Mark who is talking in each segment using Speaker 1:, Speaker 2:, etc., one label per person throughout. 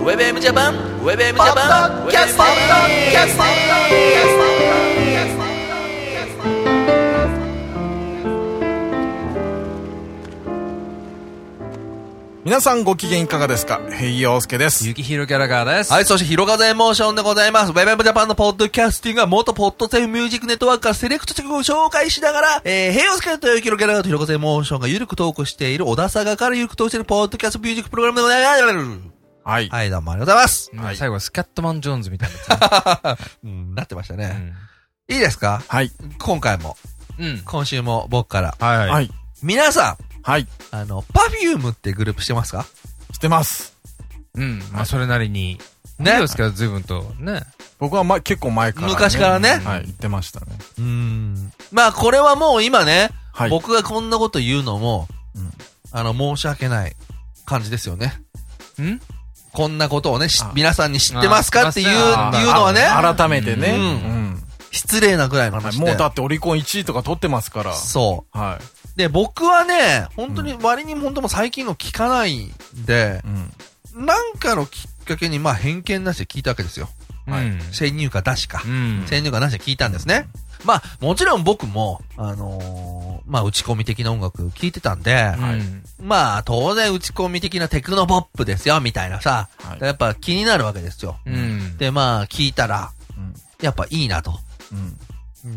Speaker 1: WebM ジャパン WebM ジャパン
Speaker 2: Podcast, podcast, podcast, podcast, podcast, podcast.
Speaker 3: 皆さんご機嫌いかがですか平井陽介です。
Speaker 4: ゆきひろキャラガーです。
Speaker 1: はい、そして、広風エモーションでございます。ウェブエムジャパンのポッドキャスティングは、元ポッドセーフミュージックネットワークからセレクト曲を紹介しながら、えー、平洋スケというキロキャラガーと広風エモーションがゆるくトークしている、小田坂からゆるくトークしているポッドキャストミュージックプログラムでございます。
Speaker 3: はい。
Speaker 1: はい、どうもありがとうございます。
Speaker 4: うん最後はスキャットマン・ジョーンズみたい
Speaker 1: うん、なってました
Speaker 4: な。
Speaker 1: ね。いいですか
Speaker 3: はい。
Speaker 1: 今回も、
Speaker 4: うん。
Speaker 1: 今週も僕から。
Speaker 4: は。
Speaker 3: はいい。
Speaker 1: 皆さ
Speaker 3: はい。
Speaker 1: ん、あの、パフュームってグループしてますか
Speaker 3: してます。
Speaker 4: うん。まあ、それなりに。
Speaker 1: ね
Speaker 4: ね。ですけど、随分と。ね。
Speaker 3: 僕は、ま、結構前から、
Speaker 1: 昔からね
Speaker 3: はい。言ってましたね。
Speaker 1: うーん。まあ、これはもう今ね、
Speaker 3: はい。
Speaker 1: 僕がこんなこと言うのも、
Speaker 3: うん
Speaker 1: あの、申し訳ない感じですよね。
Speaker 4: ん
Speaker 1: こんなことをね、し
Speaker 3: あ
Speaker 1: 皆さんに知ってますかっていう、言うの
Speaker 4: あー
Speaker 1: はね、
Speaker 3: あ改めてね。
Speaker 1: うん
Speaker 3: うん。
Speaker 1: 失礼なぐらいの
Speaker 3: はい
Speaker 1: 話で。
Speaker 3: もうだってオリコン1位とか取ってますから。
Speaker 1: そ
Speaker 3: は
Speaker 1: う。で、僕はね、本当に割に本当もう最近の聞かないんで
Speaker 3: い。、うん。
Speaker 1: なんかのきっかけに、まあ偏見なしで聞いたわけですよ。
Speaker 3: はい
Speaker 4: うん
Speaker 1: 先入観だしか
Speaker 4: う。ん。
Speaker 1: 先入観なしで聞いたんですね。まあ、もちろん僕も、あのーまあ、打ち込み的な音楽聞いてたんで、
Speaker 4: うん
Speaker 1: まあ、当然打ち込み的なテクノポップですよ、みたいなさ、
Speaker 3: はい
Speaker 1: やっぱ気になるわけですよ。
Speaker 4: うん。
Speaker 1: で、まあ、聞いたら、
Speaker 3: うん。
Speaker 1: やっぱいいなと。
Speaker 3: うん。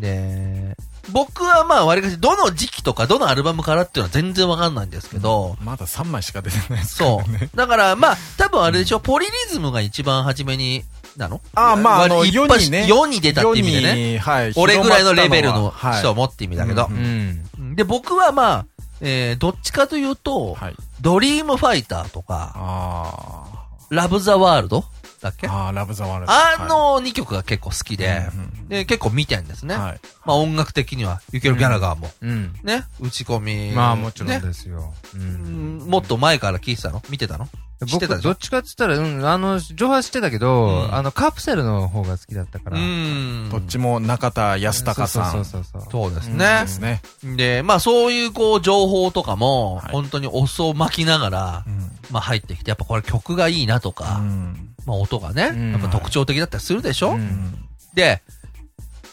Speaker 1: で、僕はまあ、割かし、どの時期とか、どのアルバムからっていうのは全然わかんないんですけど、
Speaker 3: まだ3枚しか出てないですから
Speaker 1: そ
Speaker 3: ね。
Speaker 1: う。だから、まあ、多分あれでしょ、ポリリズムが一番初めに、なの
Speaker 3: ああ、まあ、あの、
Speaker 1: 割
Speaker 3: 世
Speaker 1: 一般
Speaker 3: にね。
Speaker 1: 世に出たって意味でね。
Speaker 3: 世に。はい。
Speaker 1: 俺ぐらいのレベル
Speaker 3: 広ま
Speaker 1: の
Speaker 3: ったは
Speaker 1: 人を持って意味だけど
Speaker 3: う。
Speaker 4: うん。
Speaker 1: で、僕はまあ、えーどっちかというと、
Speaker 3: はい。はい。
Speaker 1: ドリームファイターとか、
Speaker 3: ああ。
Speaker 1: ラブザワールドだっけ
Speaker 3: ああ、ラブザワールド。
Speaker 1: あの2曲が結構好きで、
Speaker 3: うんうん
Speaker 1: で結構見てんですね。
Speaker 3: はい、はい。
Speaker 1: まあ音楽的には、ゆけるギャラガーも、
Speaker 4: うん。
Speaker 1: ね、打ち込み。
Speaker 4: まあ、もちろん
Speaker 1: ね。
Speaker 4: ですよ。う
Speaker 1: うんもっと前から聞いてたの見てたの知ってた
Speaker 4: 僕、
Speaker 1: でしょ
Speaker 4: どっちかって言ったら、うん、あの、情報は知ってたけ
Speaker 1: う
Speaker 4: ど、
Speaker 1: ん
Speaker 4: あの、カプセルの方が好きだった
Speaker 1: う
Speaker 4: から。
Speaker 1: ーん。
Speaker 3: どっちも中田康隆さん。
Speaker 4: そうそうそうそう。
Speaker 1: そうです
Speaker 3: で
Speaker 1: ね。
Speaker 3: すね。
Speaker 1: で、まあそういうこう情報とかも、
Speaker 3: はい
Speaker 1: 本当にお裾を巻きながら
Speaker 3: う、ん。
Speaker 1: まあ入ってきて、やっぱこれ曲がいいなとか、
Speaker 3: うん
Speaker 1: まあ音が
Speaker 4: う
Speaker 1: ね、
Speaker 4: ん
Speaker 1: やっぱ特徴的だったりするでしょ、
Speaker 4: うん
Speaker 1: で、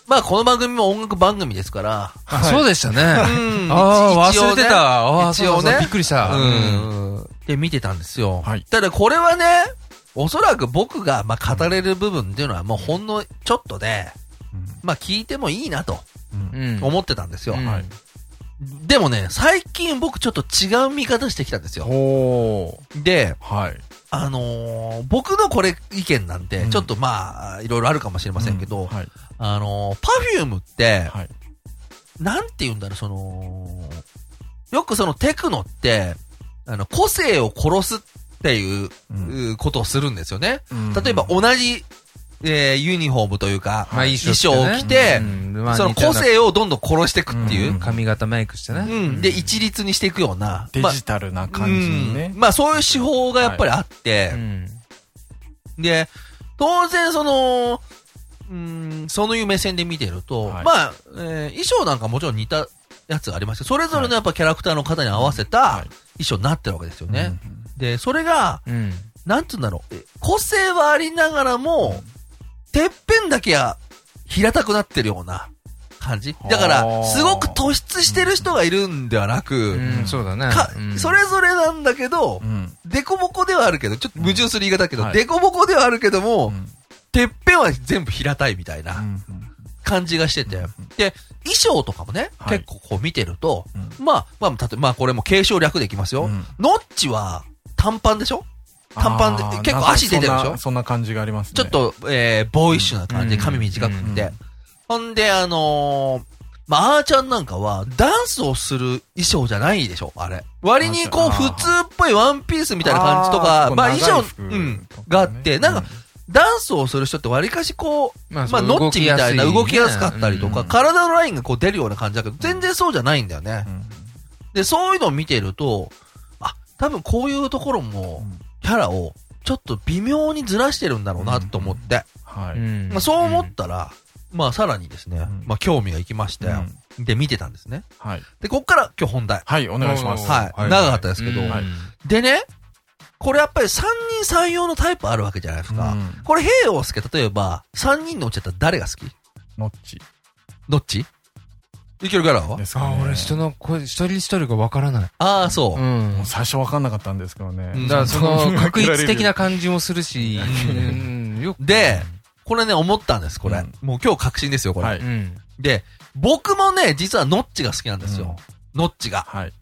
Speaker 1: まあこの番組も音楽番組ですから、
Speaker 4: あそうでしたね。
Speaker 1: うん
Speaker 4: ああ、
Speaker 1: 一応ね
Speaker 4: 忘れてた。ああ、
Speaker 1: 一
Speaker 4: そう
Speaker 1: 応ね
Speaker 4: そうそうびっくりした。
Speaker 1: うん。で、見てたんですよ。
Speaker 3: はい
Speaker 1: ただこれはね、おそらく僕が、まあ、語れる部分っていうのはもうほんのちょっとで、まあ、聞いてもいいなと
Speaker 3: うん
Speaker 4: うん。
Speaker 1: 思ってたんですよ。
Speaker 4: うん
Speaker 3: はい
Speaker 1: でもね、最近僕ちょっと違う見方してきたんですよ。
Speaker 3: ほ
Speaker 1: で、
Speaker 3: ー。はい。
Speaker 1: あのー僕のこれ意見なんて、
Speaker 3: うん
Speaker 1: ちょっとまあ、いろいろあるかもしれませんけど、
Speaker 3: うはい。
Speaker 1: あのー、パフュームって、
Speaker 3: はい。
Speaker 1: なんて言うんだろう、その、よくそのテクノって、あの、個性を殺すっていう
Speaker 3: うん
Speaker 1: うーことをするんですよね。
Speaker 3: うん
Speaker 1: 例えば同じ、えーユニフォームというか、
Speaker 4: まあ、衣装
Speaker 1: 衣装を着て
Speaker 4: うんまあ
Speaker 1: その
Speaker 4: 似たよ
Speaker 1: 個
Speaker 4: うな
Speaker 1: 性をどんどん殺していくっていうう。
Speaker 4: ん髪型メイクして
Speaker 1: う
Speaker 4: ね。
Speaker 1: ん。で、一律にしていくような。
Speaker 3: デ
Speaker 1: まあ
Speaker 3: ジタルな感じにね
Speaker 1: うん。まあそういう手法がやっぱりあって、
Speaker 4: うん。
Speaker 1: で、当然その、うん、そういう目線で見てると、
Speaker 3: はい
Speaker 1: まあ、えー衣装なんかもちろん似たやつがありますけど、それぞれのやっぱキャラクターの方に合わせた
Speaker 3: はい
Speaker 1: 衣装になってるわけですよね。
Speaker 3: うん
Speaker 1: で、それが、
Speaker 4: うん。
Speaker 1: なんつうんだろう、え個性はありながらも、てっぺんだけは平たくなってるような感じ。だか
Speaker 3: あ
Speaker 1: ら、
Speaker 3: ー
Speaker 1: すごく突出してる人がいるんではなく、
Speaker 4: うんそうだね
Speaker 1: か。
Speaker 4: うん
Speaker 1: それぞれなんだけど、
Speaker 3: うん。
Speaker 1: デコボコではあるけど、ちょっと矛盾する言い方だけど、
Speaker 3: うんはい
Speaker 1: デコボコではあるけども、
Speaker 3: うん
Speaker 1: てっぺんは全部平たいみたいな感じがしてて、
Speaker 3: うん
Speaker 1: で、衣装とかもね、
Speaker 3: はい
Speaker 1: 結構こう見てると、
Speaker 3: うん
Speaker 1: まあ、まあ、たとまあこれも継承略でいきますよ。
Speaker 3: うん
Speaker 1: ノッチは短パンでしょ短パンで
Speaker 3: あー
Speaker 1: 結構足出てるでしょ
Speaker 3: なんかそんなそんな感じがありますね。
Speaker 1: ちょっと、えー、ボーイッシュな感じで
Speaker 4: うん
Speaker 1: 髪短くっ
Speaker 3: うん
Speaker 1: て。ほんで、あのー、まあ、あーちゃんなんかは、ダンスをする衣装じゃないでしょあれ。割にこう、
Speaker 3: あーちゃんあ
Speaker 1: 普
Speaker 3: ー
Speaker 1: 通っぽいワンピースみたいな感じとか、
Speaker 3: ー
Speaker 1: まあ、衣装
Speaker 3: 長い、服
Speaker 1: うん
Speaker 3: とかね、
Speaker 1: があって、なん
Speaker 3: う
Speaker 1: か、ダンスをする人って割かしこう、
Speaker 4: ま
Speaker 1: まあ、ノッチみたいな動きやすかったりとか、
Speaker 4: か
Speaker 1: 体のラインがこう出るような感じだけど、全然そうじゃないんだよね。
Speaker 3: うん
Speaker 1: で、そういうのを見てると、あ、多分こういうところも
Speaker 3: うん、
Speaker 1: キャラを、ちょっと微妙にずらしてるんだろうなと思って。
Speaker 3: はい。
Speaker 1: まあ、そう思ったら、まあ、さらにですね、
Speaker 3: うん
Speaker 1: まあ、興味がいきまして、
Speaker 3: う
Speaker 1: で、見てたんですね。
Speaker 3: はい。
Speaker 1: で、こっから今日本題。
Speaker 3: はい、お願いします。
Speaker 1: はい長かったですけど
Speaker 3: はい
Speaker 1: でね、これやっぱり三人三様のタイプあるわけじゃないですか。
Speaker 3: うん
Speaker 1: これ、平洋介、例えば、三人のうちだったら誰が好き
Speaker 3: ノッチ
Speaker 1: どっちゆきるガラは
Speaker 3: ですか
Speaker 4: あ
Speaker 3: ね。
Speaker 4: ー、俺人の声、一人一人がわからない。
Speaker 1: ああ、そう。
Speaker 4: うん
Speaker 3: もう。最初わかんなかったんですけどね。
Speaker 1: うん
Speaker 4: だからその、
Speaker 3: 分
Speaker 4: 確
Speaker 3: けられる
Speaker 4: 率的な感じもするし、うん、よく。
Speaker 1: で、これね、思ったんです、これ。
Speaker 3: うん
Speaker 1: もう今日確信ですよ、これ。
Speaker 3: は
Speaker 4: う
Speaker 3: い。
Speaker 4: ん。
Speaker 1: で、僕もね、実はノッチが好きなんですよ。ノッチが。
Speaker 3: はい。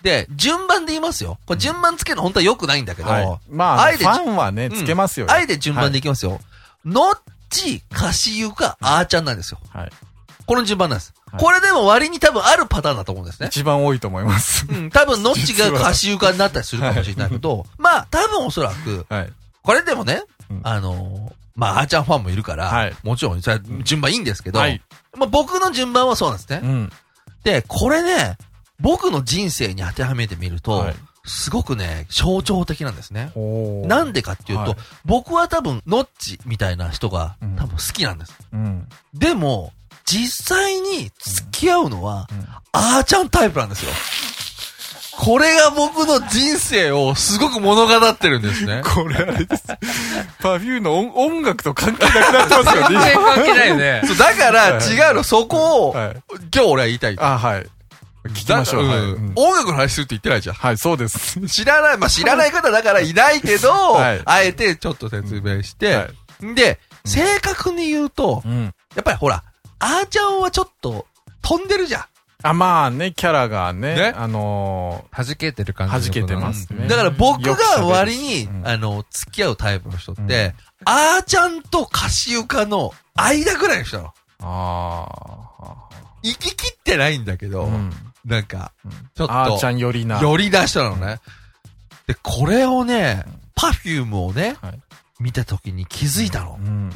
Speaker 1: で、順番で言いますよ。これ順番つけるの本当は良くないんだけど、
Speaker 3: はい。ま
Speaker 1: あ
Speaker 3: あ、
Speaker 1: え
Speaker 3: フ
Speaker 1: て
Speaker 3: ァンはね、
Speaker 1: うん
Speaker 3: つけますよ。
Speaker 1: あえて順番でいきますよ。ノッチ、カシユか、あーちゃんなんですよ。
Speaker 3: はい。
Speaker 1: この順番なんです。
Speaker 3: はい
Speaker 1: これでも割に多分あるパターンだと思うんですね。
Speaker 3: 一番多いと思います。
Speaker 1: うん、多分ノッチがカシユかになったりするかもしれないけど、 まあ、多分おそらく、
Speaker 3: はい。
Speaker 1: これでもね、
Speaker 3: うん
Speaker 1: あのーまあ、あーちゃんファンもいるから、
Speaker 3: はい
Speaker 1: もちろん、それは順番いいんですけど、
Speaker 3: はい
Speaker 1: まあ、僕の順番はそうなんですね。
Speaker 3: うん。
Speaker 1: で、これね、僕の人生に当てはめてみると、
Speaker 3: はい
Speaker 1: すごくね、象徴的なんですね。
Speaker 3: おー
Speaker 1: なんでかっていうと、
Speaker 3: はい
Speaker 1: 僕は多分、ノッチみたいな人が
Speaker 3: うん
Speaker 1: 多分好きなんです。
Speaker 3: うん。
Speaker 1: でも、実際に付き合うのは、
Speaker 3: うん
Speaker 1: あーちゃんタイプなんですよ。これが僕の人生をすごく物語ってるんですね。
Speaker 3: これあれです。パフューの音音楽と関係なくなってますよ
Speaker 4: 全然
Speaker 3: ね。
Speaker 4: 関係ないよね。
Speaker 1: そうだから、
Speaker 3: はい
Speaker 1: 違うの、そこを、
Speaker 3: はい。
Speaker 1: 今日俺は言いたい。
Speaker 3: あ、はい。聞きましょう。
Speaker 1: だ
Speaker 3: はい
Speaker 1: うん
Speaker 3: うん
Speaker 1: 音楽の話するって言ってないじゃん。
Speaker 3: はい、そうです。
Speaker 1: 知らない、まあ、知らない方だからいないけど、
Speaker 3: はい
Speaker 1: あえてちょっと説明して、
Speaker 3: は
Speaker 1: で、正確に言うと、
Speaker 3: うん。
Speaker 1: やっぱりほら、あーちゃんはちょっと飛んでるじゃ
Speaker 3: あ、まあね、キャラが
Speaker 1: ね
Speaker 3: ね、あの
Speaker 4: 弾けてる感じの
Speaker 3: 弾けてま
Speaker 1: ん
Speaker 3: す。
Speaker 1: う
Speaker 3: ね
Speaker 1: ん。だから僕が割に
Speaker 3: よく喋るしう、ん
Speaker 1: あの、付き合うタイプの人って、あーちゃんとカシウカの間ぐらいの人なの。
Speaker 3: ー、あ
Speaker 1: 行き切ってないんだけど、
Speaker 3: あ。うん。
Speaker 1: なんか、ちょっと、
Speaker 3: あーちゃんよりな。
Speaker 1: より出したのね。で、これをね、パフュームをね、
Speaker 3: はい
Speaker 1: 見た時に気づいたの
Speaker 3: う。ん。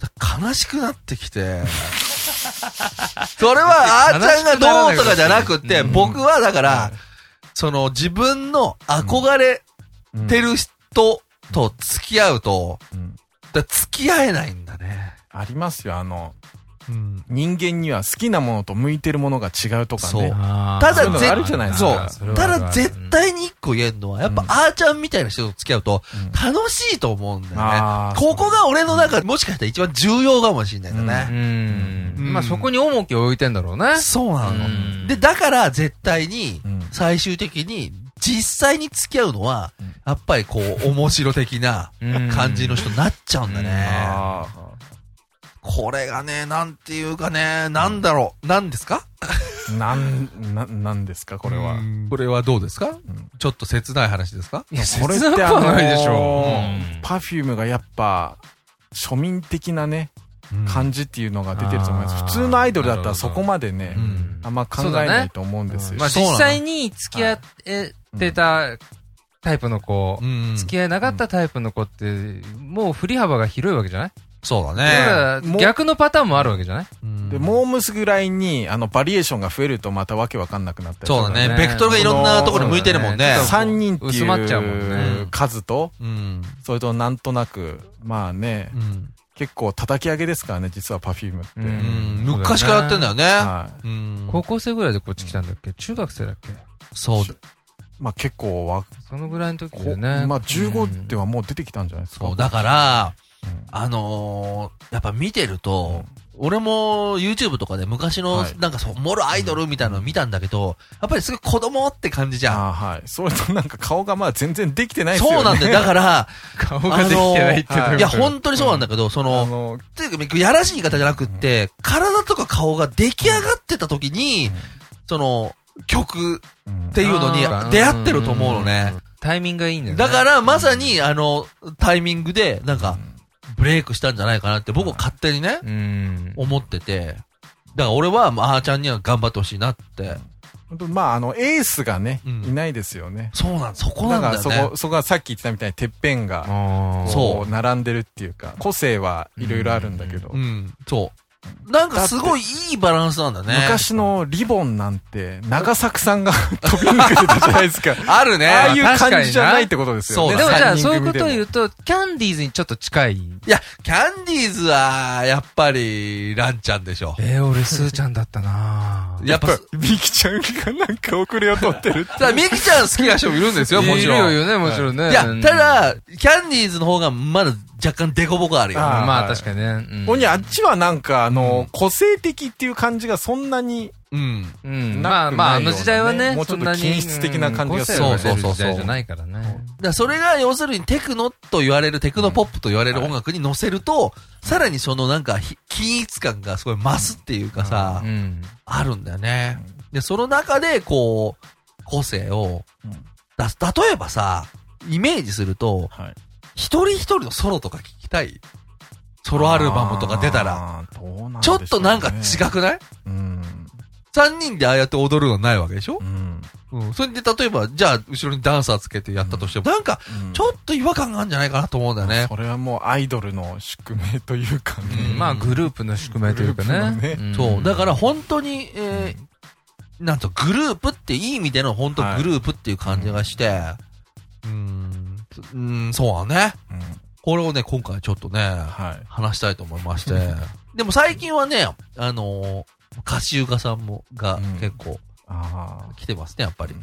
Speaker 1: だ悲しくなってきて。 それは、あーちゃんがどうとかじゃなくて、
Speaker 3: うん
Speaker 1: 僕はだから
Speaker 3: は、
Speaker 1: その自分の憧れてる人と付き合うと、
Speaker 3: うん
Speaker 1: だ付き合えないんだね。
Speaker 3: ありますよ、あの、
Speaker 1: うん。
Speaker 3: 人間には好きなものと向いてるものが違うとか
Speaker 1: そう
Speaker 3: ね。
Speaker 4: あー
Speaker 1: ただ
Speaker 4: そういうのがあるじゃないですか
Speaker 1: 絶
Speaker 4: それは
Speaker 1: た
Speaker 4: ある
Speaker 1: だ絶対に一個言えるのは、やっぱ
Speaker 3: うん
Speaker 1: あーちゃんみたいな人と付き合うと
Speaker 3: うん、
Speaker 1: 楽しいと思うんだよね。
Speaker 3: ああ。
Speaker 1: ここが俺の中でもしかしたら一番重要かもしれないんだね
Speaker 4: う。ん。
Speaker 1: うん
Speaker 4: まあそこに重きを置いてんだろうね。
Speaker 1: そうなの。
Speaker 4: うん
Speaker 1: で、だから絶対に
Speaker 3: うん、
Speaker 1: 最終的に、実際に付き合うのは
Speaker 3: うん、
Speaker 1: やっぱりこう、面白的な
Speaker 4: うん
Speaker 1: 感じの人になっちゃうんだね。
Speaker 3: ああ。
Speaker 1: これがね、なんていうかね、なんだろう、なんですか
Speaker 3: なん、な、なんですか、これは。
Speaker 1: うんこれはどうですか
Speaker 3: ん
Speaker 1: ちょっと切ない話ですか
Speaker 4: いや、
Speaker 3: これって
Speaker 4: 切なくはないでし
Speaker 3: あ
Speaker 4: ょ
Speaker 3: のー。パフュームがやっぱ、庶民的なね、感じっていうのが出てると思います。
Speaker 4: あー
Speaker 3: 普通のアイドルだった
Speaker 4: な
Speaker 3: ら
Speaker 4: るほ
Speaker 3: そ
Speaker 4: ど
Speaker 3: こまでね
Speaker 4: う、
Speaker 1: ん
Speaker 4: ん
Speaker 3: あんま考え
Speaker 4: そうだ
Speaker 3: な
Speaker 4: ね
Speaker 3: いと思うんですよ。
Speaker 4: まあ
Speaker 1: そうなの
Speaker 4: 実際に付き合ってたタイプの子
Speaker 1: う、ん。
Speaker 4: 付き合えなかったタイプの子って、もう振り幅が広いわけじゃない
Speaker 1: そう
Speaker 4: だ
Speaker 1: だね。
Speaker 4: から逆のパターンもあるわけじゃない
Speaker 1: うん
Speaker 3: で、モームスぐらいに、あの、バリエーションが増えるとまたわけわかんなくなったり
Speaker 1: そうだ
Speaker 3: とか
Speaker 1: ね。ベクトルがいろんなところに向いてるもんね
Speaker 4: そうだ。
Speaker 3: 3人って
Speaker 4: 薄まっちゃうもん
Speaker 3: い
Speaker 4: ね
Speaker 3: う数と、
Speaker 1: うん。
Speaker 3: それとなんとなく、まあね
Speaker 1: う、ん
Speaker 3: 結構叩き上げですからね、実はパフュームって。
Speaker 1: う
Speaker 4: う
Speaker 1: んん。昔からやってんだよね。
Speaker 3: は
Speaker 1: うん。
Speaker 4: 高校生ぐらいでこっち来たんだっけ中学生だっけ
Speaker 1: そうだ。
Speaker 3: い。まあ結構わ、
Speaker 4: そのぐらいの時だ
Speaker 3: こ
Speaker 4: よね。
Speaker 3: まあ15ではもう出てきたんじゃないですか。
Speaker 1: そう、だから、
Speaker 3: うん
Speaker 1: あのー、やっぱ見てると、俺も YouTube とかで昔の
Speaker 3: はい、
Speaker 1: なんかそう、モロアイドルみたいなの見たんだけど、やっぱりすごい子供って感じじゃん。
Speaker 3: あーはい。それとなんか顔がまあ全然できてないですよね。
Speaker 1: そうなん だよ。だから、
Speaker 4: 顔ができてないって
Speaker 3: あのー
Speaker 1: いや、本当にそうなんだけど、そ
Speaker 3: あ
Speaker 1: の、
Speaker 3: の、
Speaker 1: というか、やらしい言い方じゃなくって、体とか顔が出来上がってた時に、その、曲
Speaker 3: うん
Speaker 1: っていうのに出会ってると思うのね。。
Speaker 4: タイミングがいいんだよね。
Speaker 1: だから、まさに、あの、タイミングで、なんか、ブレイクしたんじゃないかなって、僕は勝手にね、
Speaker 4: うん。
Speaker 1: 思ってて、だから俺は、まああーちゃんには頑張ってほしいなって。
Speaker 3: 本当まあ、あの、エースがね、
Speaker 1: うん
Speaker 3: いないですよね。
Speaker 1: そうなんそこな
Speaker 3: だ
Speaker 1: んだ
Speaker 3: か
Speaker 1: よ
Speaker 3: ら
Speaker 1: ね。
Speaker 3: そこ、そこがさっき言ってたみたいにてっぺんが、
Speaker 4: あー
Speaker 1: そう
Speaker 3: こう並んでるっていうか、個性はいろいろあるんだけど
Speaker 1: う、ん、そなんかすごいいいバランスなんだね。
Speaker 3: 昔のリボンなんて、長作さんが 飛び抜けてたじゃないです か。
Speaker 1: あるね。
Speaker 3: ああいう
Speaker 4: 確か
Speaker 3: 感
Speaker 4: にな
Speaker 3: じじゃないってことですよ
Speaker 1: そ
Speaker 3: ね。
Speaker 1: う
Speaker 4: で
Speaker 1: だ
Speaker 4: もじゃあ、
Speaker 3: 三人
Speaker 4: そういう
Speaker 3: 組
Speaker 4: ことを
Speaker 3: で
Speaker 4: 言
Speaker 3: も
Speaker 4: うと、キャンディーズにちょっと近い。
Speaker 1: いや、キャンディーズは、やっぱり、ランちゃんでしょ。
Speaker 4: えー、俺、スーちゃんだった な
Speaker 1: やっぱ、
Speaker 3: やっ
Speaker 1: さ
Speaker 3: ぱミキちゃんがなんか遅れを取ってる。
Speaker 1: ミキちゃん好きな人もいるん ですよ、もちろん。
Speaker 4: いるよね、もちろんね。
Speaker 1: いや、た、だ、キャンディーズの方がまだ若干デコボコあるよ。
Speaker 3: あー
Speaker 4: まあ確かにね。うん
Speaker 3: おにあっちはなんかあの、個性的っていう感じがそんなに、
Speaker 1: うん。
Speaker 4: う
Speaker 3: なく
Speaker 4: ん。まあまあ、あの時代は
Speaker 3: ないようなね
Speaker 4: ね、
Speaker 3: もうちょっと均質的な感じが
Speaker 4: す
Speaker 3: す
Speaker 4: る。
Speaker 1: る
Speaker 4: そ
Speaker 1: そ
Speaker 4: うそう
Speaker 1: うそうそう
Speaker 4: 時代じゃないからね。
Speaker 1: だからそれが要するにテクノと言われる、テクノポップと言われる音楽に乗せると、さらにそのなんかひ、均一感がすごい増すっていうかさ、
Speaker 4: うん。
Speaker 1: あるんだよね。で、その中で、こう、個性を
Speaker 3: うん
Speaker 1: 出す。例えばさ、イメージすると、
Speaker 3: はい
Speaker 1: 一人一人のソロとか聞きたい。ソロアルバムとか出たら、
Speaker 3: あー、どうなんで
Speaker 1: ち
Speaker 3: し
Speaker 1: ょ
Speaker 3: ょう
Speaker 1: っ
Speaker 3: ね
Speaker 1: となんか違くない
Speaker 3: うん。
Speaker 1: 三人でああやって踊るのないわけでしょ
Speaker 3: うん。
Speaker 1: うん。それで例えば、じゃあ、後ろにダンサーつけてやったとしても、なんか、ちょっと違和感があるんじゃないかなと思うんだよね。
Speaker 3: それはもうアイドルの宿命というかね。
Speaker 1: うん
Speaker 4: まあ、グループの宿命というか
Speaker 3: グループの
Speaker 4: ね
Speaker 3: ね。
Speaker 4: ん
Speaker 1: そう。だから、本当に、えーなんとグループっていい意味での本当
Speaker 3: はい
Speaker 1: グループっていう感じがして、うーん、うん、そうだね。
Speaker 3: うん
Speaker 1: これをね、今回ちょっとね、
Speaker 3: はい。
Speaker 1: 話したいと思いまして。でも最近はね、あのー、歌手家さんも、が
Speaker 3: うん
Speaker 1: 結構
Speaker 3: あ
Speaker 1: 来てますね、やっぱり。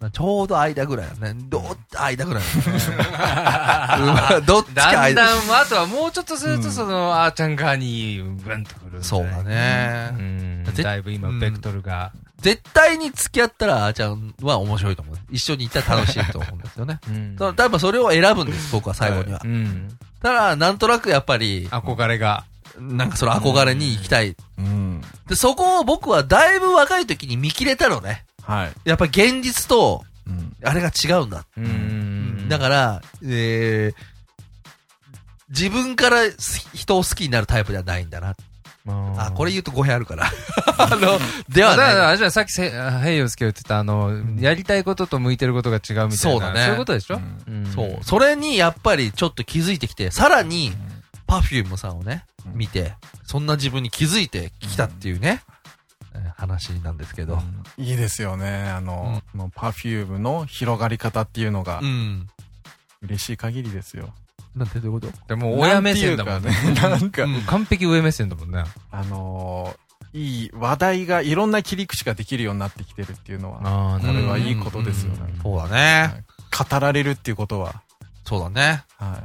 Speaker 1: うん、ちょうど間ぐらいだね。ど、間ぐらいだね。うん どっちか
Speaker 4: だん
Speaker 1: 間。
Speaker 4: だん、あとはもうちょっとすると、その、あーちゃん側に、ブンとくる。
Speaker 1: そうだ。
Speaker 4: う
Speaker 1: ね。
Speaker 4: ん。
Speaker 1: ぜ
Speaker 4: だいぶ今、ベクトルが。
Speaker 1: 絶対に付き合ったら、あーちゃんは面白いと思う。一緒にいたら楽しいと思うんですよね。
Speaker 4: うん
Speaker 1: ただ、やっぱそれを選ぶんです、僕は最後には
Speaker 4: う。ん。
Speaker 1: ただ、なんとなくやっぱり、
Speaker 4: 憧れが。
Speaker 1: なんかその憧れに行きたい。
Speaker 3: あ。うん。
Speaker 1: で、そこを僕はだいぶ若い時に見切れたのね。
Speaker 3: はい。
Speaker 1: やっぱ現実と、
Speaker 3: うん。
Speaker 1: あれが違うんだ。
Speaker 4: うん
Speaker 1: だから、えー、自分からす人を好きになるタイプではないんだな。
Speaker 4: ら、
Speaker 1: あ、これ言うと語弊あるから。 あの、では
Speaker 4: だ
Speaker 1: な
Speaker 4: か
Speaker 1: い。
Speaker 4: ら、あれじゃんさっきせ、あヘイヨスケが言ってた、あの、やりたいことと向いてることが違うみたいな。
Speaker 1: そうだね
Speaker 4: そういうことでしょ
Speaker 3: う
Speaker 4: うん
Speaker 1: そう。それにやっぱりちょっと気づいてきて、さらに、パフュームさんをね、見て、そんな自分に気づいてきたっていうね、えー話なんですけど。
Speaker 3: いいですよね。あの、このパフュームの広がり方っていうのが
Speaker 1: うん。
Speaker 3: 嬉しい限りですよ。
Speaker 1: なんてどういうこと
Speaker 4: でも、親目線だも
Speaker 3: なんて
Speaker 4: ね。
Speaker 3: いうかね。なんか、
Speaker 1: うん
Speaker 4: 完璧上目線だもんね。
Speaker 3: あのーいい話題が、いろんな切り口ができるようになってきてるっていうのは、
Speaker 4: ああ、
Speaker 3: こ
Speaker 4: なる
Speaker 3: れ
Speaker 4: ほど
Speaker 3: は
Speaker 4: ね。
Speaker 3: いいことですよね。
Speaker 1: そうだね。
Speaker 3: 語られるっていうことは、
Speaker 1: そうだね。
Speaker 3: はい。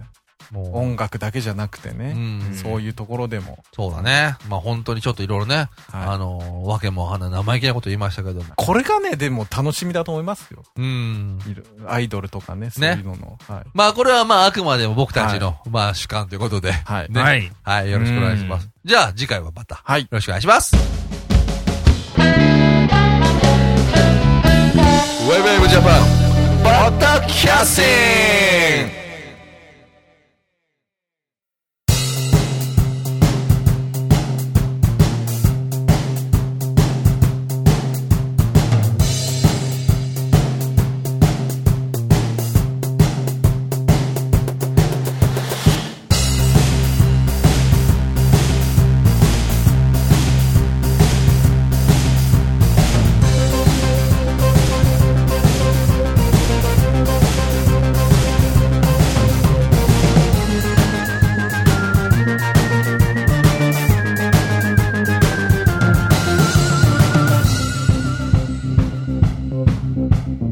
Speaker 1: も
Speaker 3: 音楽だけじゃなくて
Speaker 1: う。う
Speaker 3: ね、
Speaker 1: ん。
Speaker 3: そういうところでも、
Speaker 1: そうだね。まあ本当にちょっといろいろね、あ
Speaker 3: はい。
Speaker 1: のー、わけもわかんない生意気なこと言いましたけども。
Speaker 3: これがね、でも楽しみだと思いますよ。
Speaker 1: うん。
Speaker 3: いるアイドルとかね、そういうのの。はい。
Speaker 1: まあこれはまああくまでも僕たちの、まあ主観ということで。
Speaker 3: はい。
Speaker 1: ね
Speaker 4: はい。
Speaker 1: はい、よろしくお願いします
Speaker 4: う。
Speaker 1: じゃあ次回はまた。よ
Speaker 3: はい。
Speaker 1: ろしくお願いします。ウェブウェブジャパン、バタキャッシン
Speaker 5: 「